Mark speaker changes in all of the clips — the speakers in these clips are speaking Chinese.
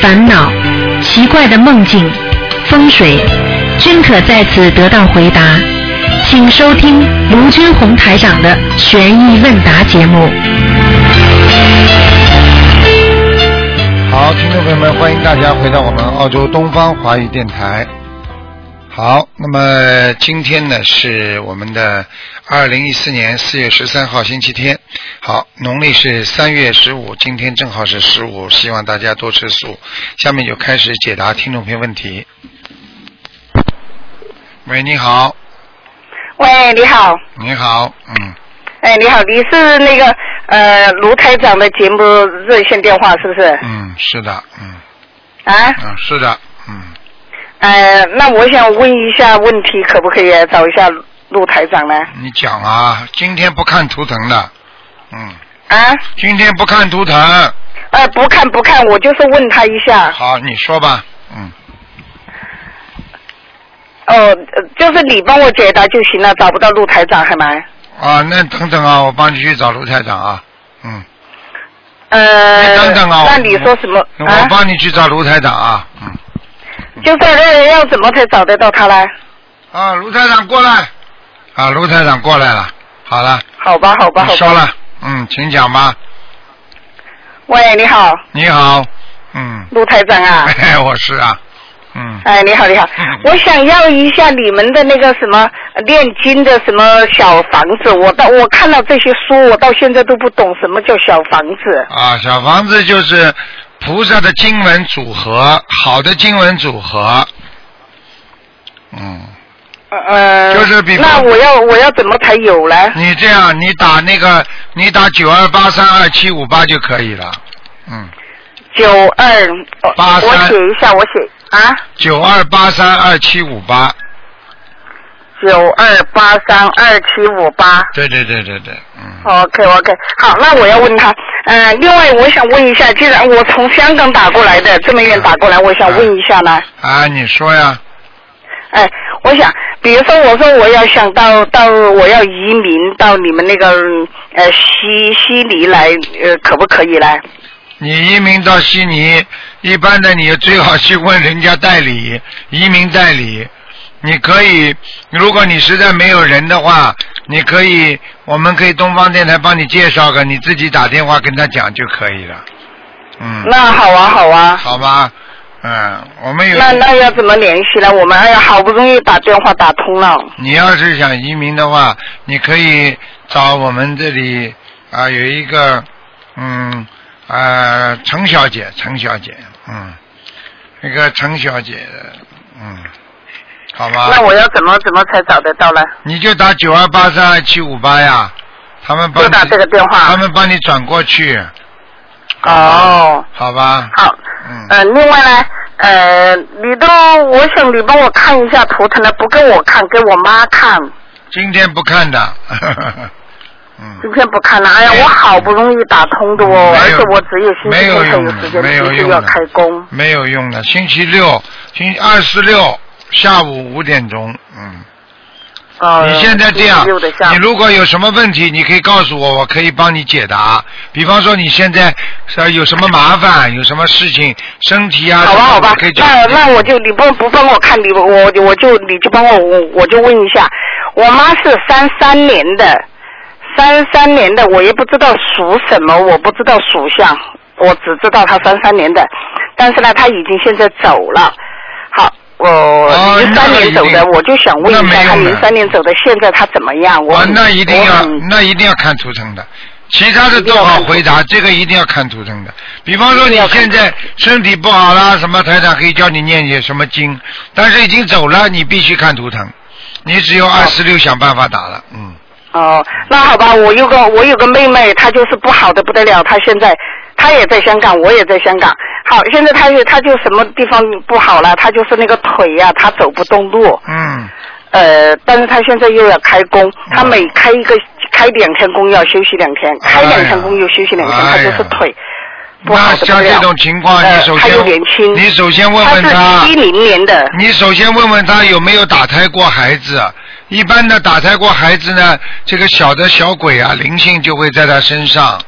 Speaker 1: 烦恼、奇怪的梦境、风水，均可在此得到回答。请收听卢军红台长的《悬疑问答》节目。
Speaker 2: 好，听众朋友们，欢迎大家回到我们澳洲东方华语电台。好，那么今天呢是我们的二零一四年四月十三号星期天，好，农历是三月十五，今天正好是十五，希望大家多吃素。下面就开始解答听众朋友问题。喂，你好，
Speaker 3: 喂，你好，
Speaker 2: 你好，嗯，
Speaker 3: 哎，你好，你是那个呃卢台长的节目热线电话是不是？
Speaker 2: 嗯，是的，嗯，
Speaker 3: 啊，
Speaker 2: 嗯，是的，嗯，
Speaker 3: 呃，那我想问一下问题，可不可以找一下卢台长呢？
Speaker 2: 你讲啊，今天不看图腾的，嗯，
Speaker 3: 啊，
Speaker 2: 今天不看图腾，
Speaker 3: 呃，不看不看，我就是问他一下。
Speaker 2: 好，你说吧，嗯，
Speaker 3: 哦、呃就是你帮我解答就行了，找不到卢台长还蛮。
Speaker 2: 啊，那等等啊，我帮你去找卢台长啊，嗯，
Speaker 3: 呃，
Speaker 2: 等等啊，
Speaker 3: 那
Speaker 2: 我
Speaker 3: 你说什么
Speaker 2: 我
Speaker 3: 啊？
Speaker 2: 帮你去找卢台长啊，嗯，
Speaker 3: 就是呃要怎么才找得到他呢？
Speaker 2: 啊，卢台长过来，啊，卢台长过来了，好了，
Speaker 3: 好吧，好吧，好
Speaker 2: 你
Speaker 3: 吧。
Speaker 2: 说了，嗯，请讲吧，
Speaker 3: 喂，你好，
Speaker 2: 你好，嗯，
Speaker 3: 卢台 长啊。
Speaker 2: 哎，我是啊，嗯，
Speaker 3: 哎，你好，你好
Speaker 2: 嗯，
Speaker 3: 我想要一下你们的那个什么呃念经的什么小房子，我到我看到这些书，我到现在都不懂什么叫小房子。
Speaker 2: 啊，小房子就是菩萨的经文组合，好的经文组合，嗯。
Speaker 3: 呃，嗯
Speaker 2: 就是比
Speaker 3: 那我要我要怎么才有呢？
Speaker 2: 你这样，你打那个，你打九二八三二七五八就可以了。嗯，
Speaker 3: 九二，我
Speaker 2: 八三
Speaker 3: 我写一下，我写啊，
Speaker 2: 九二八三二七五八，
Speaker 3: 九二八三二七五八。
Speaker 2: 对对对对对，嗯，
Speaker 3: OK OK，好，那我要问他，嗯、另外我想问一下，既然我从香港打过来的，这么远打过来，我想
Speaker 2: 嗯
Speaker 3: 问一下呢。
Speaker 2: 啊，你说呀，
Speaker 3: 哎，我想，比如说，我说我要想到到我要移民到你们那个呃悉悉尼来，呃，可不可以来？
Speaker 2: 你移民到悉尼，一般的你最好去问人家代理，移民代理，你可以，如果你实在没有人的话，你可以，我们可以东方电台帮你介绍个，你自己打电话跟他讲就可以了。嗯，
Speaker 3: 那好啊，好啊。
Speaker 2: 好吧，嗯，我们有。
Speaker 3: 那那要怎么联系呢？我们哎呀，好不容易打电话打通了。
Speaker 2: 你要是想移民的话，你可以找我们这里啊、有一个嗯啊陈小姐，陈小姐，嗯，那个陈小姐，嗯，好吧，
Speaker 3: 那我要怎么怎么才找得到呢？
Speaker 2: 你就打九二八三二七五八呀，他们帮
Speaker 3: 就
Speaker 2: 你
Speaker 3: 打这个电
Speaker 2: 他
Speaker 3: 话。
Speaker 2: 们帮你转过去，
Speaker 3: 哦，
Speaker 2: 好吧？
Speaker 3: 好。
Speaker 2: 嗯
Speaker 3: 呃，另外呢，呃，你都，我想你帮我看一下图腾呢，不给我看，给我妈看。
Speaker 2: 今天不看的， 呵呵呵嗯。
Speaker 3: 今天不看了，哎呀，我好不容易打通的哦，而
Speaker 2: 没有
Speaker 3: 且我只有星期
Speaker 2: 没
Speaker 3: 天
Speaker 2: 有
Speaker 3: 才
Speaker 2: 用
Speaker 3: 有
Speaker 2: 的
Speaker 3: 时间，
Speaker 2: 没有
Speaker 3: 平时
Speaker 2: 用
Speaker 3: 要
Speaker 2: 的
Speaker 3: 开工。
Speaker 2: 没有用的。星期六，星期二四六下午五点钟，嗯。
Speaker 3: 哦，
Speaker 2: 你现在这样，
Speaker 3: 星期六的下午
Speaker 2: 你如果有什么问题，你可以告诉我，我可以帮你解答。比方说你现在呃有什么麻烦，有什么事情，身体啊，
Speaker 3: 好吧，
Speaker 2: 什么
Speaker 3: 好吧
Speaker 2: 我可以，讲
Speaker 3: 那那我就你不不帮我看，你我我就你就帮我我我就问一下，我妈是三三年的，三三年的，我也不知道属什么，我不知道属相，我只知道她三三年的，但是呢，她已经现在走了，好。我
Speaker 2: 哦
Speaker 3: 零三
Speaker 2: 那
Speaker 3: 年走
Speaker 2: 一
Speaker 3: 的，
Speaker 2: 定
Speaker 3: 我就想问
Speaker 2: 那
Speaker 3: 一
Speaker 2: 没
Speaker 3: 下，她
Speaker 2: 用的
Speaker 3: 零三年走的，现在她怎么样？我
Speaker 2: 啊，
Speaker 3: 很
Speaker 2: 那一定
Speaker 3: 我
Speaker 2: 要
Speaker 3: 很
Speaker 2: 那一定要看图腾的，其他的都好回答，这个一定要看图腾的。比方说你现在身体不好啦，什么台长可以教你念些什么经，但是已经走了，你必须看图腾，你只有二十六想办法打了，嗯，
Speaker 3: 哦，那好吧，我有个我有个妹妹，她就是不好的不得了，她现在她也在香港，我也在香港。好，现在她也她就什么地方不好了，她就是那个腿呀、她走不动路。
Speaker 2: 嗯，
Speaker 3: 呃，但是她现在又要开工，她每开一个开两天工要休息两天，开两天工又休息两天，
Speaker 2: 哎呀
Speaker 3: 她就是腿不好
Speaker 2: 那
Speaker 3: 的不得
Speaker 2: 像这
Speaker 3: 了
Speaker 2: 种。情况，
Speaker 3: 呃
Speaker 2: 你首
Speaker 3: 还
Speaker 2: 先
Speaker 3: 有年轻
Speaker 2: 你首先问
Speaker 3: 她
Speaker 2: 问他
Speaker 3: 是一，零年的，
Speaker 2: 你首先问问他有没有打胎过孩子。一般的打胎过孩子呢，这个小的小鬼啊，灵性就会在他身上。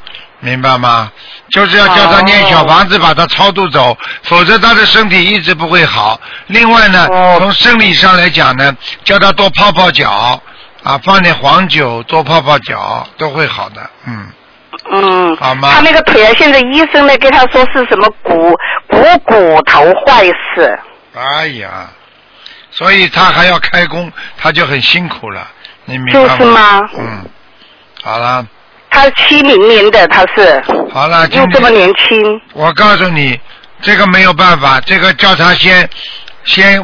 Speaker 2: 明白吗？就是要叫他念小房子，把他超度走，否则他的身体一直不会好。另外呢，
Speaker 3: 哦
Speaker 2: 从生理上来讲呢，叫他多泡泡脚，啊，放点黄酒，多泡泡脚，都会好的。嗯，
Speaker 3: 嗯，
Speaker 2: 好吗
Speaker 3: 他那个腿啊，现在医生呢跟他说是什么骨股骨头坏死。
Speaker 2: 哎呀，所以他还要开工，他就很辛苦了，你明白
Speaker 3: 就是吗
Speaker 2: 嗯，好了，
Speaker 3: 他七零年的，他是
Speaker 2: 好了，今
Speaker 3: 又这么
Speaker 2: 天
Speaker 3: 年轻，
Speaker 2: 我告诉你，这个没有办法，这个叫他先先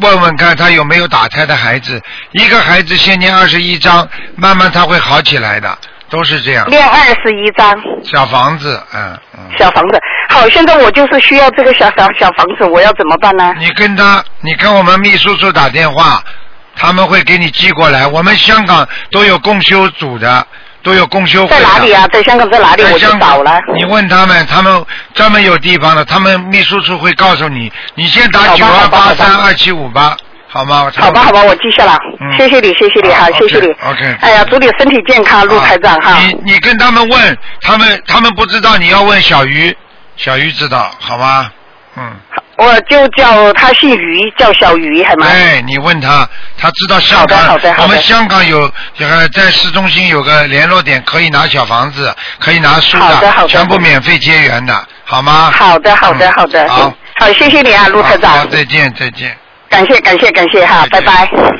Speaker 2: 问问看他有没有打胎的孩子，一个孩子先念二十一章，慢慢他会好起来的，都是这样。
Speaker 3: 练二十一章
Speaker 2: 小房子，嗯嗯，
Speaker 3: 小房子。好，现在我就是需要这个小小小房子，我要怎么办呢？
Speaker 2: 你跟他，你跟我们秘书处打电话，他们会给你寄过来。我们香港都有共修组的，都有共修会的。
Speaker 3: 在哪里啊？在香港在哪里？
Speaker 2: 在
Speaker 3: 我去
Speaker 2: 香港
Speaker 3: 找了。
Speaker 2: 你问他们，他们专门有地方的，他们秘书处会告诉你。你先打
Speaker 3: 好
Speaker 2: 九
Speaker 3: 吧
Speaker 2: 二
Speaker 3: 好吧
Speaker 2: 八
Speaker 3: 好吧
Speaker 2: 三二七五八，好吗？
Speaker 3: 好吧，好吧，我记下了
Speaker 2: 嗯，
Speaker 3: 谢谢你，谢谢你
Speaker 2: 好
Speaker 3: 哈，谢谢你
Speaker 2: OK，OK。
Speaker 3: 哎呀，祝你身体健康，陆
Speaker 2: 啊
Speaker 3: 台长哈。
Speaker 2: 你你跟他们问，他们他们不知道，你要问小鱼，小鱼知道，好吗？嗯。
Speaker 3: 我就叫他姓于，叫小于，好吗？
Speaker 2: 哎，你问他，他知道香港，
Speaker 3: 好的好的好的
Speaker 2: 我们香港有有个在市中心有个联络点，可以拿小房子，可以拿书
Speaker 3: 好的好的
Speaker 2: 全部免费结缘的，好吗？
Speaker 3: 好的，好的，
Speaker 2: 嗯
Speaker 3: 好的。
Speaker 2: 好，
Speaker 3: 好，谢谢你啊，陆台
Speaker 2: 好
Speaker 3: 长，
Speaker 2: 再见再见。
Speaker 3: 感谢，感谢，感谢哈，
Speaker 2: 再
Speaker 3: 拜
Speaker 2: 见
Speaker 3: 拜。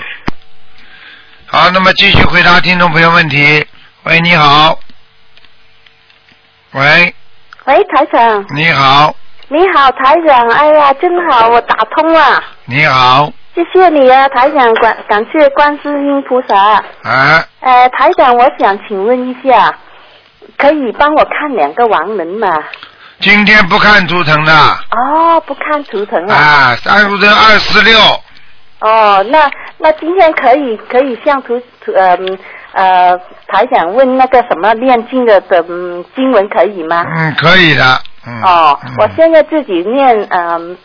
Speaker 2: 好，那么继续回答听众朋友问题。喂，你好。喂，
Speaker 4: 喂，台长，
Speaker 2: 你好，
Speaker 4: 你好，台长，哎呀，真好，我打通了，
Speaker 2: 你好，
Speaker 4: 谢谢你啊，台长，感感谢观世音菩萨。
Speaker 2: 啊，
Speaker 4: 呃，台长，我想请问一下，可以帮我看两个亡人吗？
Speaker 2: 今天不看图腾的
Speaker 4: 哦，不看图
Speaker 3: 嗯
Speaker 4: 腾啊。
Speaker 2: 啊，三图腾二四六，
Speaker 4: 哦，那那今天可以可以向图图呃嗯呃台长问那个什么念经的的、嗯、经文可以
Speaker 3: 啊
Speaker 4: 吗？
Speaker 2: 嗯，可以的，嗯。
Speaker 4: 哦，
Speaker 2: 嗯
Speaker 4: 我现在自己念嗯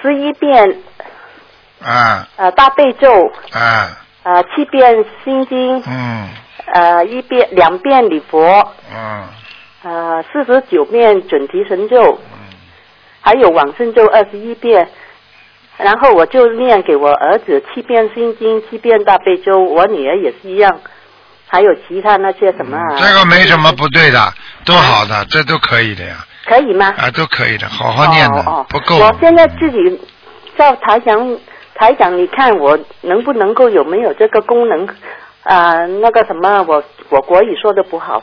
Speaker 4: 十一遍
Speaker 2: 啊
Speaker 4: 呃大悲咒。
Speaker 2: 啊，
Speaker 4: 呃，七遍心经，
Speaker 2: 嗯
Speaker 4: 呃，一遍两遍礼佛，
Speaker 2: 嗯。
Speaker 4: 呃，四十九遍准提神咒，
Speaker 2: 嗯
Speaker 4: 还有往生咒二十一遍。然后我就念给我儿子七遍心经，七遍大悲咒，我女儿也是一样，还有其他那些什么、啊
Speaker 2: 嗯这个没什么不对的，都好的，这都可以的呀，
Speaker 4: 可以吗？
Speaker 2: 啊，都可以的，好好念的
Speaker 4: 哦哦，
Speaker 2: 不够。
Speaker 4: 我现在自己照台长，台长，你看我能不能够有没有这个功能？啊、那个什么，我我国语说的不好，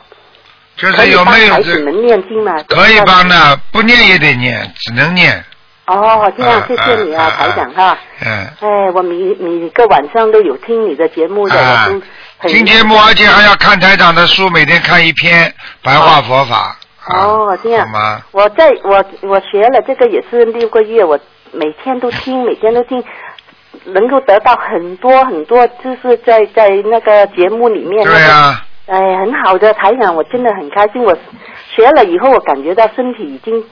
Speaker 2: 就是有没有
Speaker 4: 可以帮孩
Speaker 2: 这
Speaker 4: 子们念经吗？
Speaker 2: 可以帮。的，不念也得念，只能念。
Speaker 4: 哦，这样
Speaker 2: 啊
Speaker 4: 谢谢你啊，
Speaker 2: 啊
Speaker 4: 台长哈。
Speaker 2: 嗯，
Speaker 4: 哎，我每每个晚上都有听你的节目的，
Speaker 2: 啊
Speaker 4: 我都很
Speaker 2: 听节目，而且还要看台长的书，每天看一篇白话佛法。啊
Speaker 4: 哦，这样
Speaker 2: 好吗？
Speaker 4: 我在我我学了这个也是六个月，我每天都听，每天都听，能够得到很多很多，就是在在那个节目里面。
Speaker 2: 对啊呀、
Speaker 4: 那个。哎，很好的台长，我真的很开心。我学了以后，我感觉到身体已经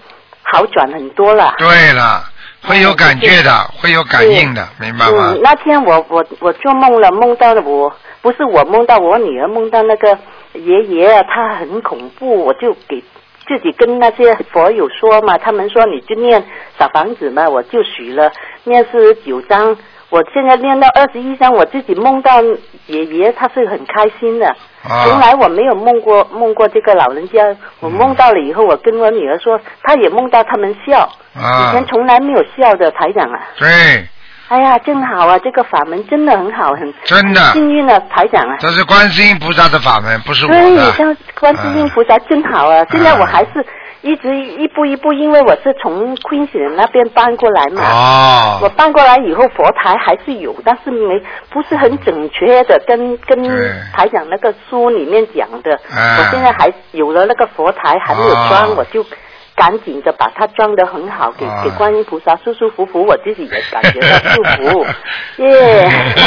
Speaker 4: 好转很多了。
Speaker 2: 对了，会有感觉的，会有感应的，明白吗
Speaker 4: 哦嗯，？那天我我我做梦了，梦到了我不是我梦到我女儿梦到那个爷爷啊，他很恐怖，我就给自己跟那些佛友说嘛，他们说你就念小房子嘛，我就许了念四十九章，我现在念到二十一章，我自己梦到爷爷，他是很开心的。从
Speaker 2: 啊，嗯
Speaker 4: 来我没有梦过梦过这个老人家，我梦到了以后，我跟我女儿说，她也梦到他们笑，以
Speaker 2: 啊
Speaker 4: 前，从来没有笑的台长啊。
Speaker 2: 对，
Speaker 4: 哎呀，真好啊！这个法门真的很好，很
Speaker 2: 真的。
Speaker 4: 幸运啊，台长啊。
Speaker 2: 这是观世音菩萨的法门，不是我
Speaker 4: 对，
Speaker 2: 的
Speaker 4: 像。观世音菩萨真好啊！现在我还是一直一步一步，因为我是从 Queens 那边搬过来嘛。我
Speaker 2: 哦，
Speaker 4: 搬过来以后，佛台还是有，但是没不是很准确的，跟跟
Speaker 2: 对
Speaker 4: 台长那个书里面讲的。
Speaker 2: 啊
Speaker 4: 我现在还有了那个佛台，还没有装，
Speaker 2: 哦
Speaker 4: 我就赶紧的把它装得很好，给、
Speaker 2: 啊
Speaker 4: 给观音菩萨舒舒服服，我自己也感觉到 舒服。耶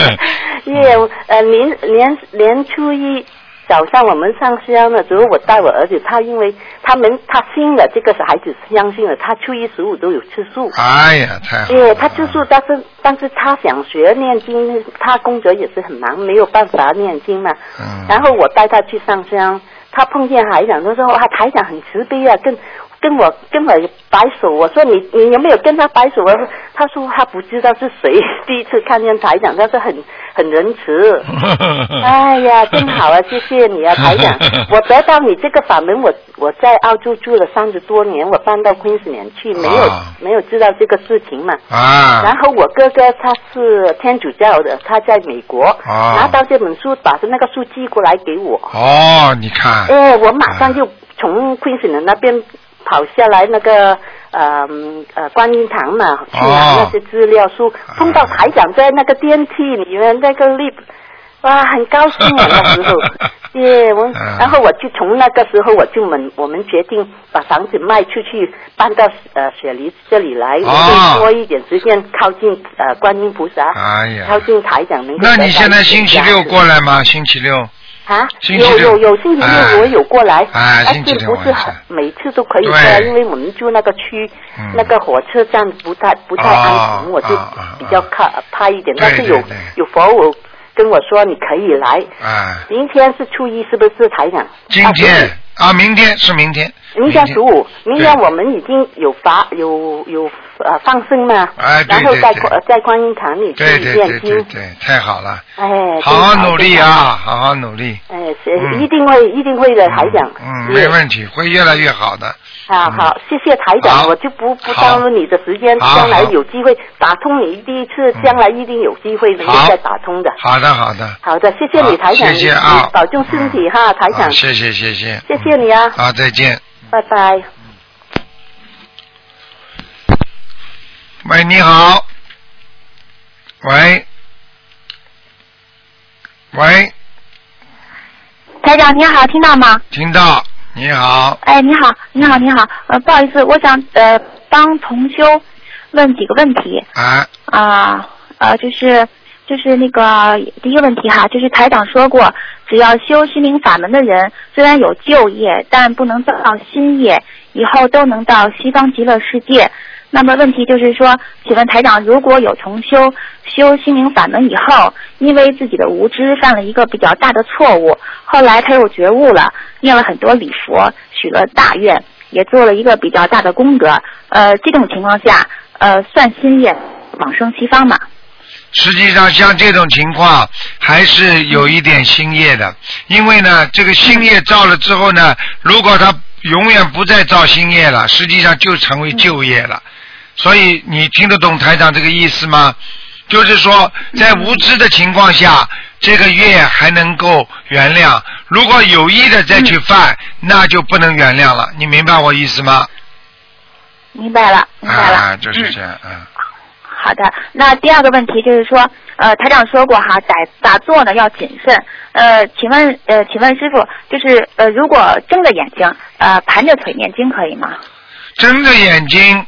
Speaker 4: 耶，呃，年年年初一。早上我们上香的时候，我带我儿子，他因为他们他信了这个小孩子相信了，他初一十五都有吃素。
Speaker 2: 哎呀，太好了。
Speaker 4: 对，他吃素，但是但是他想学念经，他工作也是很忙，没有办法念经嘛。
Speaker 2: 嗯
Speaker 4: 然后我带他去上香，他碰见海长，他说哇，台长很慈悲啊，跟跟我跟我摆手。我说你你有没有跟他摆手啊？他说他不知道是谁，第一次看见台长，他是很很仁慈。
Speaker 2: 嗯
Speaker 4: 哎呀，真好啊！谢谢你 啊，台长。我得到你这个法门，我我在澳洲住了三十多年，我搬到昆士兰去，没有、
Speaker 2: 啊
Speaker 4: 没有知道这个事情嘛。然
Speaker 2: 啊，
Speaker 4: 后我哥哥他是天主教的，他在美国、
Speaker 2: 啊
Speaker 4: 拿到这本书，把那个书寄过来给我。
Speaker 2: 哦，你看，。
Speaker 4: 哎，我马上就从昆士兰那边跑下来那个呃嗯呃观音堂嘛，去拿那些资料书，碰到台长在那个电梯里面那个 lift，哇，很高兴啊那时候 耶，我
Speaker 2: 嗯
Speaker 4: 然后我就从那个时候我就们我们决定把房子卖出去，搬到呃雪梨这里来，我
Speaker 2: 哦
Speaker 4: 会多一点时间靠近呃观音菩萨，
Speaker 2: 哎呀
Speaker 4: 靠近台长能够
Speaker 2: 那
Speaker 4: 得到
Speaker 2: 你现
Speaker 4: 一
Speaker 2: 在
Speaker 4: 点
Speaker 2: 星期
Speaker 4: 加
Speaker 2: 六
Speaker 4: 持
Speaker 2: 过来吗？星期六
Speaker 4: 啊，
Speaker 2: 星期
Speaker 4: 有
Speaker 2: 六
Speaker 4: 有有，星期
Speaker 2: 哎
Speaker 4: 六我有过来，
Speaker 2: 哎
Speaker 4: 但
Speaker 2: 星期
Speaker 4: 是
Speaker 2: 六
Speaker 4: 不是
Speaker 2: 晚上
Speaker 4: 很每次都可以过来，
Speaker 2: 对
Speaker 4: 因为我们住那个区
Speaker 2: 嗯，
Speaker 4: 那个火车站不太不太安全，
Speaker 2: 哦
Speaker 4: 我就
Speaker 2: 啊啊
Speaker 4: 比较
Speaker 2: 啊
Speaker 4: 怕怕一点。
Speaker 2: 对
Speaker 4: 但是有
Speaker 2: 对对
Speaker 4: 有佛友跟我说你可以来，
Speaker 2: 啊，
Speaker 4: 明天是初一是不是台长？
Speaker 2: 今
Speaker 4: 啊
Speaker 2: 天啊，明天是明天，
Speaker 4: 不是明天十五，明天
Speaker 2: 对
Speaker 4: 我们已经有法有有呃放生嘛，
Speaker 2: 哎对
Speaker 4: 然后
Speaker 2: 对
Speaker 4: 在
Speaker 2: 对
Speaker 4: 观在观音堂里去
Speaker 2: 对对对对
Speaker 4: 念经，
Speaker 2: 对，太好了，
Speaker 4: 哎，
Speaker 2: 好
Speaker 4: 真
Speaker 2: 好努力
Speaker 4: 真好
Speaker 2: 啊，好好努力，
Speaker 4: 哎，
Speaker 2: 嗯
Speaker 4: 是一定会一定会的，台长。
Speaker 2: 嗯，没
Speaker 4: 题。
Speaker 2: 问题，会越来越好的，嗯
Speaker 4: 好啊好，谢谢台
Speaker 2: 好
Speaker 4: 长，我就不不
Speaker 2: 好
Speaker 4: 耽误你的时间，
Speaker 2: 好
Speaker 4: 将来
Speaker 2: 好嗯
Speaker 4: 有机会打通你第一次，将来一定有机会能够
Speaker 2: 好
Speaker 4: 再打通的。
Speaker 2: 好的好的，
Speaker 4: 好的，谢谢你
Speaker 2: 好
Speaker 4: 台长，
Speaker 2: 谢谢
Speaker 4: 你
Speaker 2: 啊，
Speaker 4: 你保重身体哈，台
Speaker 2: 啊
Speaker 4: 长，
Speaker 2: 谢谢谢谢，
Speaker 4: 谢谢你啊
Speaker 2: 嗯，好，再见。
Speaker 4: 拜拜。
Speaker 2: 喂，你好。喂，喂，
Speaker 5: 台长您好，听到吗？
Speaker 2: 听到？你好，
Speaker 5: 哎，你好，你好，你好，呃，不好意思，我想呃帮同修问几个问题
Speaker 2: 啊，
Speaker 5: 啊呃就是就是那个第一个问题哈，就是台长说过，只要修心灵法门的人，虽然有旧业，但不能造新业，以后都能到西方极乐世界。那么问题就是说，请问台长，如果有同修修心灵法门以后，因为自己的无知犯了一个比较大的错误，后来他又觉悟了，念了很多礼佛，许了大愿，也做了一个比较大的功德，呃，这种情况下，呃，算新业往生西方嘛？
Speaker 2: 实际上像这种情况还是有一点兴业的，因为呢，这个兴业造了之后呢，如果他永远不再造兴业了，实际上就成为旧业了。所以你听得懂台长这个意思吗？就是说，在无知的情况下，这个业还能够原谅；如果有意的再去犯，
Speaker 5: 嗯
Speaker 2: 那就不能原谅了。你明白我意思吗？
Speaker 5: 明白了，明白了，
Speaker 2: 啊，就是
Speaker 5: 嗯
Speaker 2: 这样，嗯，
Speaker 5: 好的，那第二个问题就是说，呃，台长说过哈，打打坐呢要谨慎。呃，请问呃，请问师傅，就是呃，如果睁着眼睛，呃，盘着腿念经可以吗？
Speaker 2: 睁着眼睛。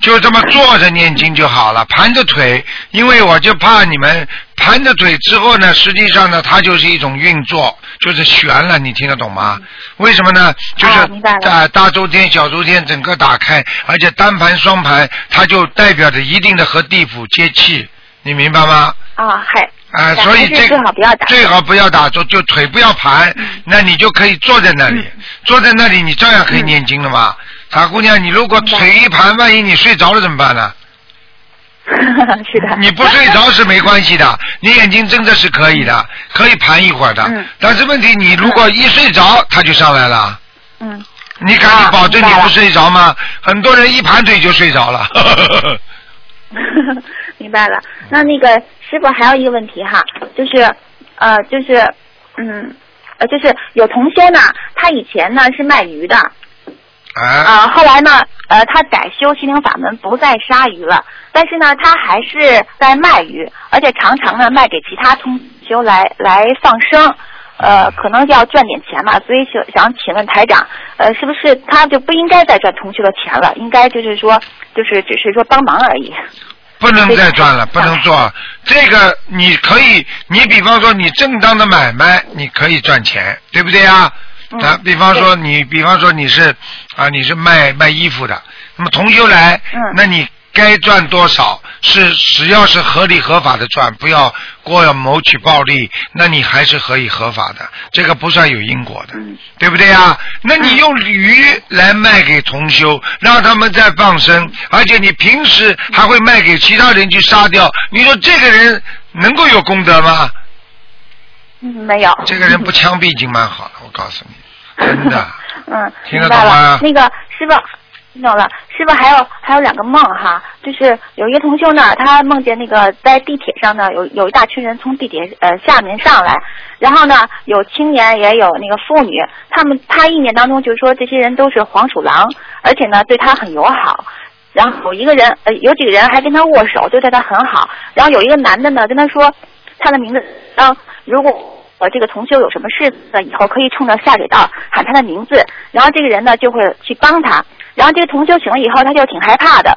Speaker 2: 就这么坐着念经就好了，盘着腿，因为我就怕你们盘着腿之后呢，实际上呢，它就是一种运作，就是悬了，你听得懂吗？为什么呢？就是
Speaker 5: 哦明白了
Speaker 2: 呃大周天、小周天整个打开，而且单盘、双盘，它就代表着一定的和地府接气，你明白吗？
Speaker 5: 啊，还
Speaker 2: 啊、
Speaker 5: 对
Speaker 2: 所以
Speaker 5: 还
Speaker 2: 这
Speaker 5: 是最好不要打嗯
Speaker 2: 最好不要打坐，就腿不要盘，那你就可以坐在那里，坐在那里你照样可以念经了嘛。傻姑娘，你如果
Speaker 5: 嗯明白
Speaker 2: 腿一盘，万一你睡着了怎么办呢？
Speaker 5: 是的，
Speaker 2: 你不睡着是没关系的，你眼睛睁着是可以的，可以盘一会儿的。
Speaker 5: 嗯
Speaker 2: 但是问题，你如果一睡着，它就上来了。
Speaker 5: 嗯，
Speaker 2: 你敢
Speaker 5: 啊
Speaker 2: 你保证你
Speaker 5: 明白
Speaker 2: 不
Speaker 5: 了
Speaker 2: 睡着吗？很多人一盘腿就睡着了。
Speaker 5: 明白了。那那个师傅还有一个问题哈，就是呃，就是嗯，呃，就是有同修呢，他以前呢是卖鱼的，
Speaker 2: 啊，
Speaker 5: 呃，后来呢，呃，他改修心灵法门，不再杀鱼了，但是呢，他还是在卖鱼，而且常常呢卖给其他同修来来放生。呃，可能要赚点钱嘛，所以想想请问台长，呃，是不是他就不应该再赚同修的钱了？应该就是说，就是只是说帮忙而已。
Speaker 2: 不能再赚了，不能做了。这个你可以，你比方说你正当的买卖，你可以赚钱，对不对啊？
Speaker 5: 嗯
Speaker 2: 啊，比方说你，比方说你是啊，你是卖卖衣服的，那么同修来，
Speaker 5: 嗯
Speaker 2: 那你该赚多少是只要是合理合法的赚，不要过要谋取暴利，那你还是合理合法的，这个不算有因果的，对不对啊？那你用鱼来卖给同修，让他们再放生，而且你平时还会卖给其他人去杀掉，你说这个人能够有功德吗？
Speaker 5: 嗯，没有。
Speaker 2: 这个人不枪毙已经蛮好了，我告诉你，真的。
Speaker 5: 嗯，
Speaker 2: 听得
Speaker 5: 明白
Speaker 2: 懂吗
Speaker 5: 了。那个师傅，听懂了。师傅还有还有两个梦哈，就是有一个同修呢，他梦见那个在地铁上呢，有有一大群人从地铁呃下面上来，然后呢有青年也有那个妇女，他们他意念当中就是说这些人都是黄鼠狼，而且呢对他很友好。然后有一个人，呃，有几个人还跟他握手，就对他很好。然后有一个男的呢，跟他说，他的名字，嗯，如果我这个同修有什么事呢，以后可以冲着下水道喊他的名字，然后这个人呢就会去帮他。然后这个同修醒了以后，他就挺害怕的，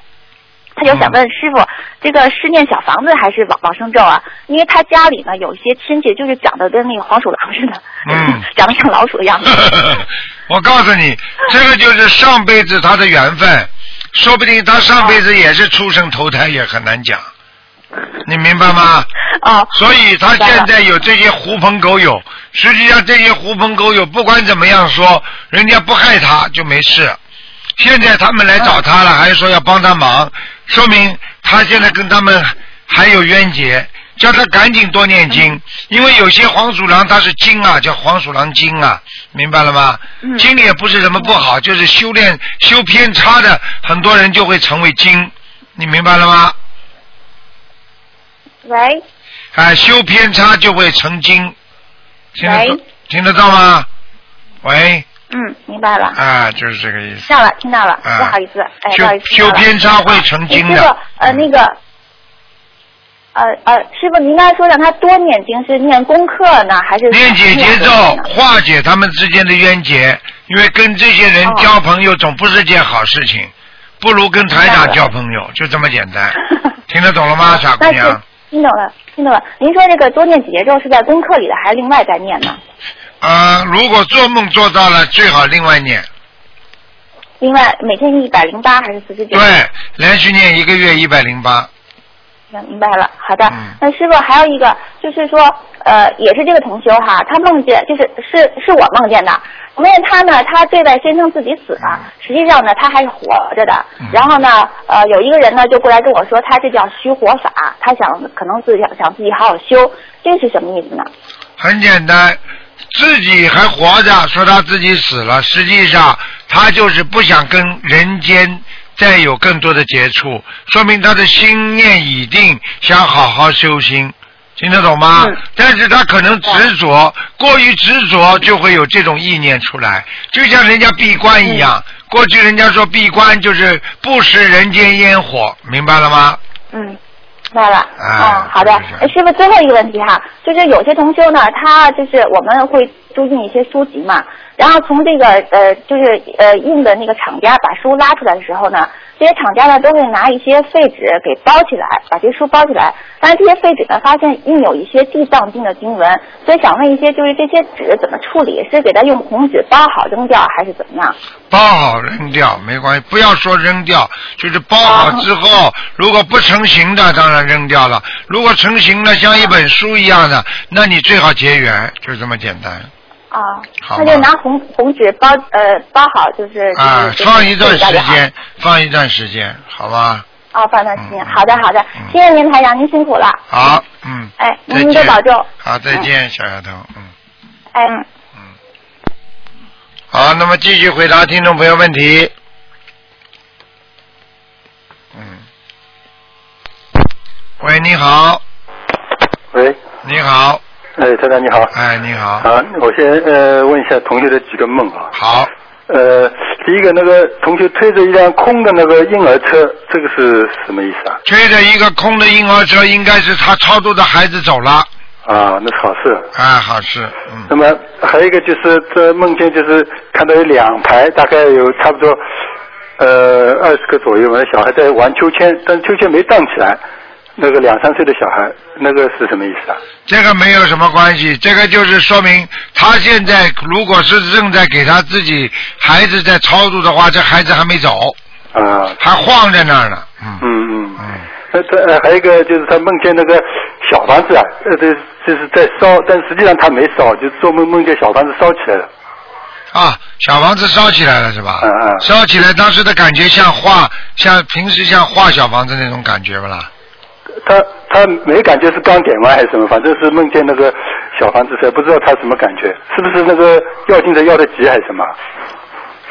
Speaker 5: 他就想问师傅，这个是念小房子还是往往生咒啊？因为他家里呢有一些亲戚就是长得跟那个黄鼠狼似的，
Speaker 2: 嗯
Speaker 5: 长得像老鼠的 样子。
Speaker 2: 我告诉你，这个就是上辈子他的缘分，说不定他上辈子也是出生投胎，也很难讲。你明白吗？
Speaker 5: 哦，
Speaker 2: 所以他现在有这些狐朋狗友，实际上这些狐朋狗友不管怎么样说，人家不害他就没事。现在他们来找他了，还说要帮他忙，说明他现在跟他们还有冤结，叫他赶紧多念经，因为有些黄鼠狼它是精啊，叫黄鼠狼精啊，明白了吗？精也不是什么不好，就是修炼修偏差的，很多人就会成为精，你明白了吗？
Speaker 5: 喂，
Speaker 2: 哎，修偏差就会成精，听得
Speaker 5: 喂
Speaker 2: 到听得到吗？喂，
Speaker 5: 嗯，明白了。
Speaker 2: 啊，就是这个意思。
Speaker 5: 听到了，听到了，
Speaker 2: 啊
Speaker 5: 不好意思，哎，
Speaker 2: 修
Speaker 5: 不好意思，
Speaker 2: 修偏差会成
Speaker 5: 听
Speaker 2: 精
Speaker 5: 到了哎师
Speaker 2: 的嗯
Speaker 5: 傅，，呃，那个，呃呃，师傅，您刚才说让他多念经，是念功课呢，还是啊
Speaker 2: 念解节咒
Speaker 5: 念功课呢
Speaker 2: 化解他们之间的冤结，因为跟这些人
Speaker 5: 哦
Speaker 2: 交朋友总不是件好事情，不如跟台
Speaker 5: 明白
Speaker 2: 长
Speaker 5: 了
Speaker 2: 交朋友，就这么简单。听得懂了吗，傻姑
Speaker 5: 那是
Speaker 2: 娘？
Speaker 5: 听懂了，听懂了。您说这个多念几节咒是在功课里的，还是另外再念呢？
Speaker 2: 啊，如果做梦做到了，最好另外念。
Speaker 5: 另外每天一百零八还是四十九？
Speaker 2: 对，连续念一个月一百零八。
Speaker 5: 行，明白了。好的，
Speaker 2: 嗯
Speaker 5: 那师傅还有一个就是说，呃，也是这个同修哈，他梦见就是是是我梦见的，梦见他呢，他对外宣称自己死了，实际上呢他还是活着的
Speaker 2: 嗯。
Speaker 5: 然后呢，呃，有一个人呢就过来跟我说，他这叫虚火法，他想可能自己想想自己好好修，这是什么意思呢？
Speaker 2: 很简单，自己还活着，说他自己死了，实际上他就是不想跟人间再有更多的接触，说明他的心念已定，想好好修心。听得懂吗？
Speaker 5: 嗯
Speaker 2: 但是他可能执着，过于执着就会有这种意念出来，就像人家闭关一样。过去人家说闭关就是不食人间烟火，明白了吗？
Speaker 5: 嗯，明白了。
Speaker 2: 哎
Speaker 5: 嗯，好的
Speaker 2: 就是。
Speaker 5: 哎，师傅，最后一个问题哈，就是有些同修呢，他就是我们会租进一些书籍嘛，然后从这个呃，就是呃印的那个厂家把书拉出来的时候呢，这些厂家呢都会拿一些废纸给包起来，把这些书包起来，但是这些废纸呢发现印有一些地藏经的经文，所以想问一些就是这些纸怎么处理？是给它用红纸包好扔掉，还是怎么样？
Speaker 2: 包好扔掉没关系，不要说扔掉，就是包好之
Speaker 5: 啊
Speaker 2: 后，如果不成形的，当然扔掉了；如果成形了，像一本书一样的，那你最好结缘，就这么简单
Speaker 5: 啊，
Speaker 2: 好
Speaker 5: 那就
Speaker 2: 吧
Speaker 5: 拿红红纸包呃包好，就是
Speaker 2: 啊
Speaker 5: 就。是
Speaker 2: 放一段
Speaker 5: 这个就
Speaker 2: 时
Speaker 5: 好
Speaker 2: 间，放一段时间，好吧？
Speaker 5: 哦，放那行，
Speaker 2: 嗯
Speaker 5: 好的好的
Speaker 2: 嗯，
Speaker 5: 谢谢您台长，您辛苦了。
Speaker 2: 好，嗯。
Speaker 5: 哎
Speaker 2: 再
Speaker 5: 您多
Speaker 2: 见。
Speaker 5: 保重
Speaker 2: 好，再见，小丫头，嗯。
Speaker 5: 哎，
Speaker 2: 好，那么继续回答听众朋友问题。嗯。喂，你好，
Speaker 6: 喂，
Speaker 2: 你好，
Speaker 6: 哎，台长你好。
Speaker 2: 哎，你好，
Speaker 6: 啊，我先呃问一下同学的几个梦啊。
Speaker 2: 好，
Speaker 6: 呃，第一个那个同学推着一辆空的那个婴儿车，这个是什么意思啊？
Speaker 2: 推着一个空的婴儿车，应该是他超度的孩子走了，
Speaker 6: 啊，那是好事。
Speaker 2: 啊，好事，
Speaker 6: 那
Speaker 2: 嗯，
Speaker 6: 么还有一个就是这梦见就是看到有两排，大概有差不多呃二十个左右吧，小孩在玩秋千，但秋千没荡起来。那个两三岁的小孩，那个是什么意思啊？
Speaker 2: 这个没有什么关系，这个就是说明他现在如果是正在给他自己孩子在超度的话，这孩子还没走，
Speaker 6: 啊，
Speaker 2: 还晃在那儿呢，嗯
Speaker 6: 嗯嗯。
Speaker 2: 嗯，
Speaker 6: 那他呃还有一个就是他梦见那个小房子啊，呃，这就是在烧，但实际上他没烧，就是做梦梦见小房子烧起来了。
Speaker 2: 啊，小房子烧起来了是吧？
Speaker 6: 嗯嗯
Speaker 2: 烧起来，当时的感觉像画，像平时像画小房子那种感觉不啦？
Speaker 6: 他他没感觉是刚点完还是什么，反正是梦见那个小房子烧，不知道他什么感觉，是不是那个要进的要的急还是什么？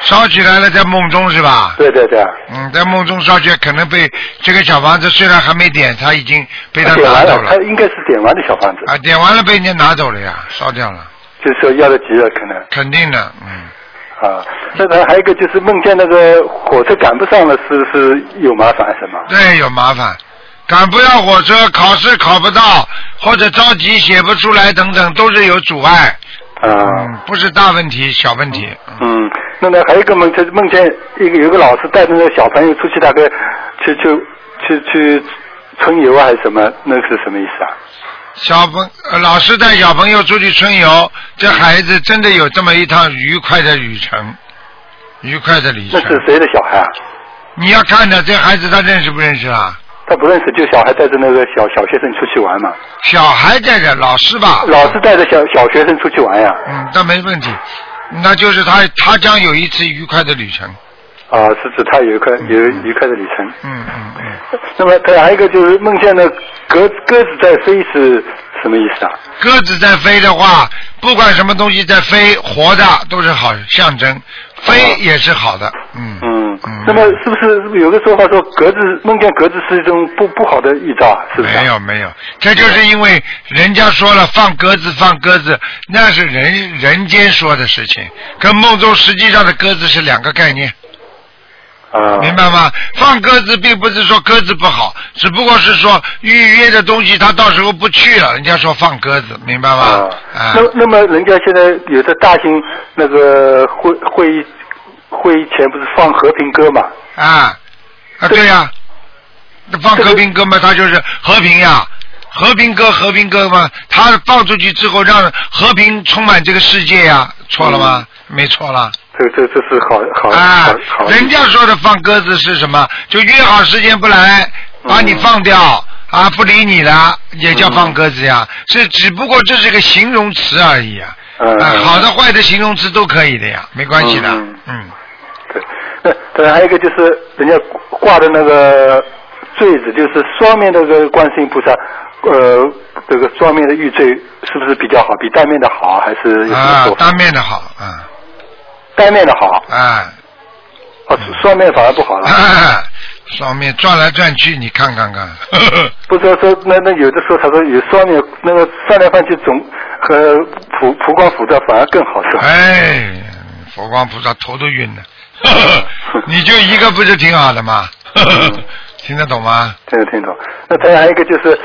Speaker 2: 烧起来了，在梦中是吧？
Speaker 6: 对对对啊，
Speaker 2: 嗯，在梦中烧起来，可能被这个小房子虽然还没点，他已经被他
Speaker 6: 他点
Speaker 2: 拿
Speaker 6: 完
Speaker 2: 走
Speaker 6: 了，啊他
Speaker 2: 了
Speaker 6: 应该是点完的小房子，
Speaker 2: 啊，点完了被人家拿走了呀，烧掉了，
Speaker 6: 就是说要的急了可能。
Speaker 2: 肯定的，嗯，
Speaker 6: 啊，那他还有一个就是梦见那个火车赶不上了，是不是有麻烦什么？
Speaker 2: 对，有麻烦，赶不上火车，考试考不到，或者着急写不出来等等，都是有阻碍，
Speaker 6: 啊，
Speaker 2: 嗯，不是大问题，小问题，嗯
Speaker 6: 嗯，那呢还有一个梦，就是梦见一个有个老师带着那个小朋友出去，大概去去去去春游啊还是什么？那是什么意思啊？
Speaker 2: 小朋呃老师带小朋友出去春游，这孩子真的有这么一趟愉快的旅程，愉快的旅
Speaker 6: 那
Speaker 2: 程。
Speaker 6: 是谁的小孩啊？
Speaker 2: 你要看的这孩子他认识不认识啊？
Speaker 6: 他不认识，就小孩带着那个小小学生出去玩嘛，
Speaker 2: 小孩在这，老师吧？
Speaker 6: 老师带着小小学生出去玩呀。
Speaker 2: 嗯，那没问题，那就是他他将有一次愉快的旅程。
Speaker 6: 啊，是指他有一块有愉快的旅程。
Speaker 2: 嗯嗯嗯，
Speaker 6: 那么他还有一个就是梦见的鸽鸽子在飞是什么意思啊？
Speaker 2: 鸽子在飞的话，不管什么东西在飞，活的都是好象征，飞也是好的。嗯
Speaker 6: 嗯
Speaker 2: 嗯，
Speaker 6: 那么是不是有个说法说格子梦见格子是一种不不好的预兆啊？是不是啊？
Speaker 2: 没有没有，这就是因为人家说了放鸽子放鸽子，那是人人间说的事情，跟梦中实际上的鸽子是两个概念，
Speaker 6: 啊，
Speaker 2: 明。白吗？放鸽子并不是说鸽子不好，只不过是说预约的东西他到时候不去了，人家说放鸽子，明白吗
Speaker 6: 啊？，
Speaker 2: 啊
Speaker 6: 那，那么人家现在有的大型那个会会议会议前不是放和平鸽嘛？
Speaker 2: 啊啊，对呀、那放和平鸽嘛，它就是和平呀、和平鸽，和平鸽嘛，它放出去之后，让和平充满这个世界呀、错了吗？没错了
Speaker 6: 这这这是好好
Speaker 2: 啊
Speaker 6: 好好！
Speaker 2: 人家说的放鸽子是什么？就约好时间不来，
Speaker 6: 嗯
Speaker 2: 把你放掉、啊，不理你了，也叫放鸽子呀。这只不过这是个形容词而已啊。
Speaker 6: 嗯
Speaker 2: 啊，好的坏的形容词都可以的呀，没关系的。
Speaker 6: 嗯
Speaker 2: 嗯
Speaker 6: 对，那对还有一个就是人家挂的那个坠子，就是双面那个观世音菩萨，呃，这个双面的玉坠是不是比较好？比单面的好还是有什么
Speaker 2: 啊
Speaker 6: 说，法？
Speaker 2: 当面的好啊
Speaker 6: 单面的好，
Speaker 2: 啊。
Speaker 6: 哦，双面反而不好了。
Speaker 2: 啊，上面转来转去，你看看看， 呵呵
Speaker 6: 不是说那那有的时候他说有双面那个翻来翻去总和普普光普照反而更好是吧？
Speaker 2: 哎，佛光菩萨头都晕了， 呵呵你就一个不是挺好的吗？ 呵呵听得懂吗？
Speaker 6: 听懂听懂。那再还有一个就是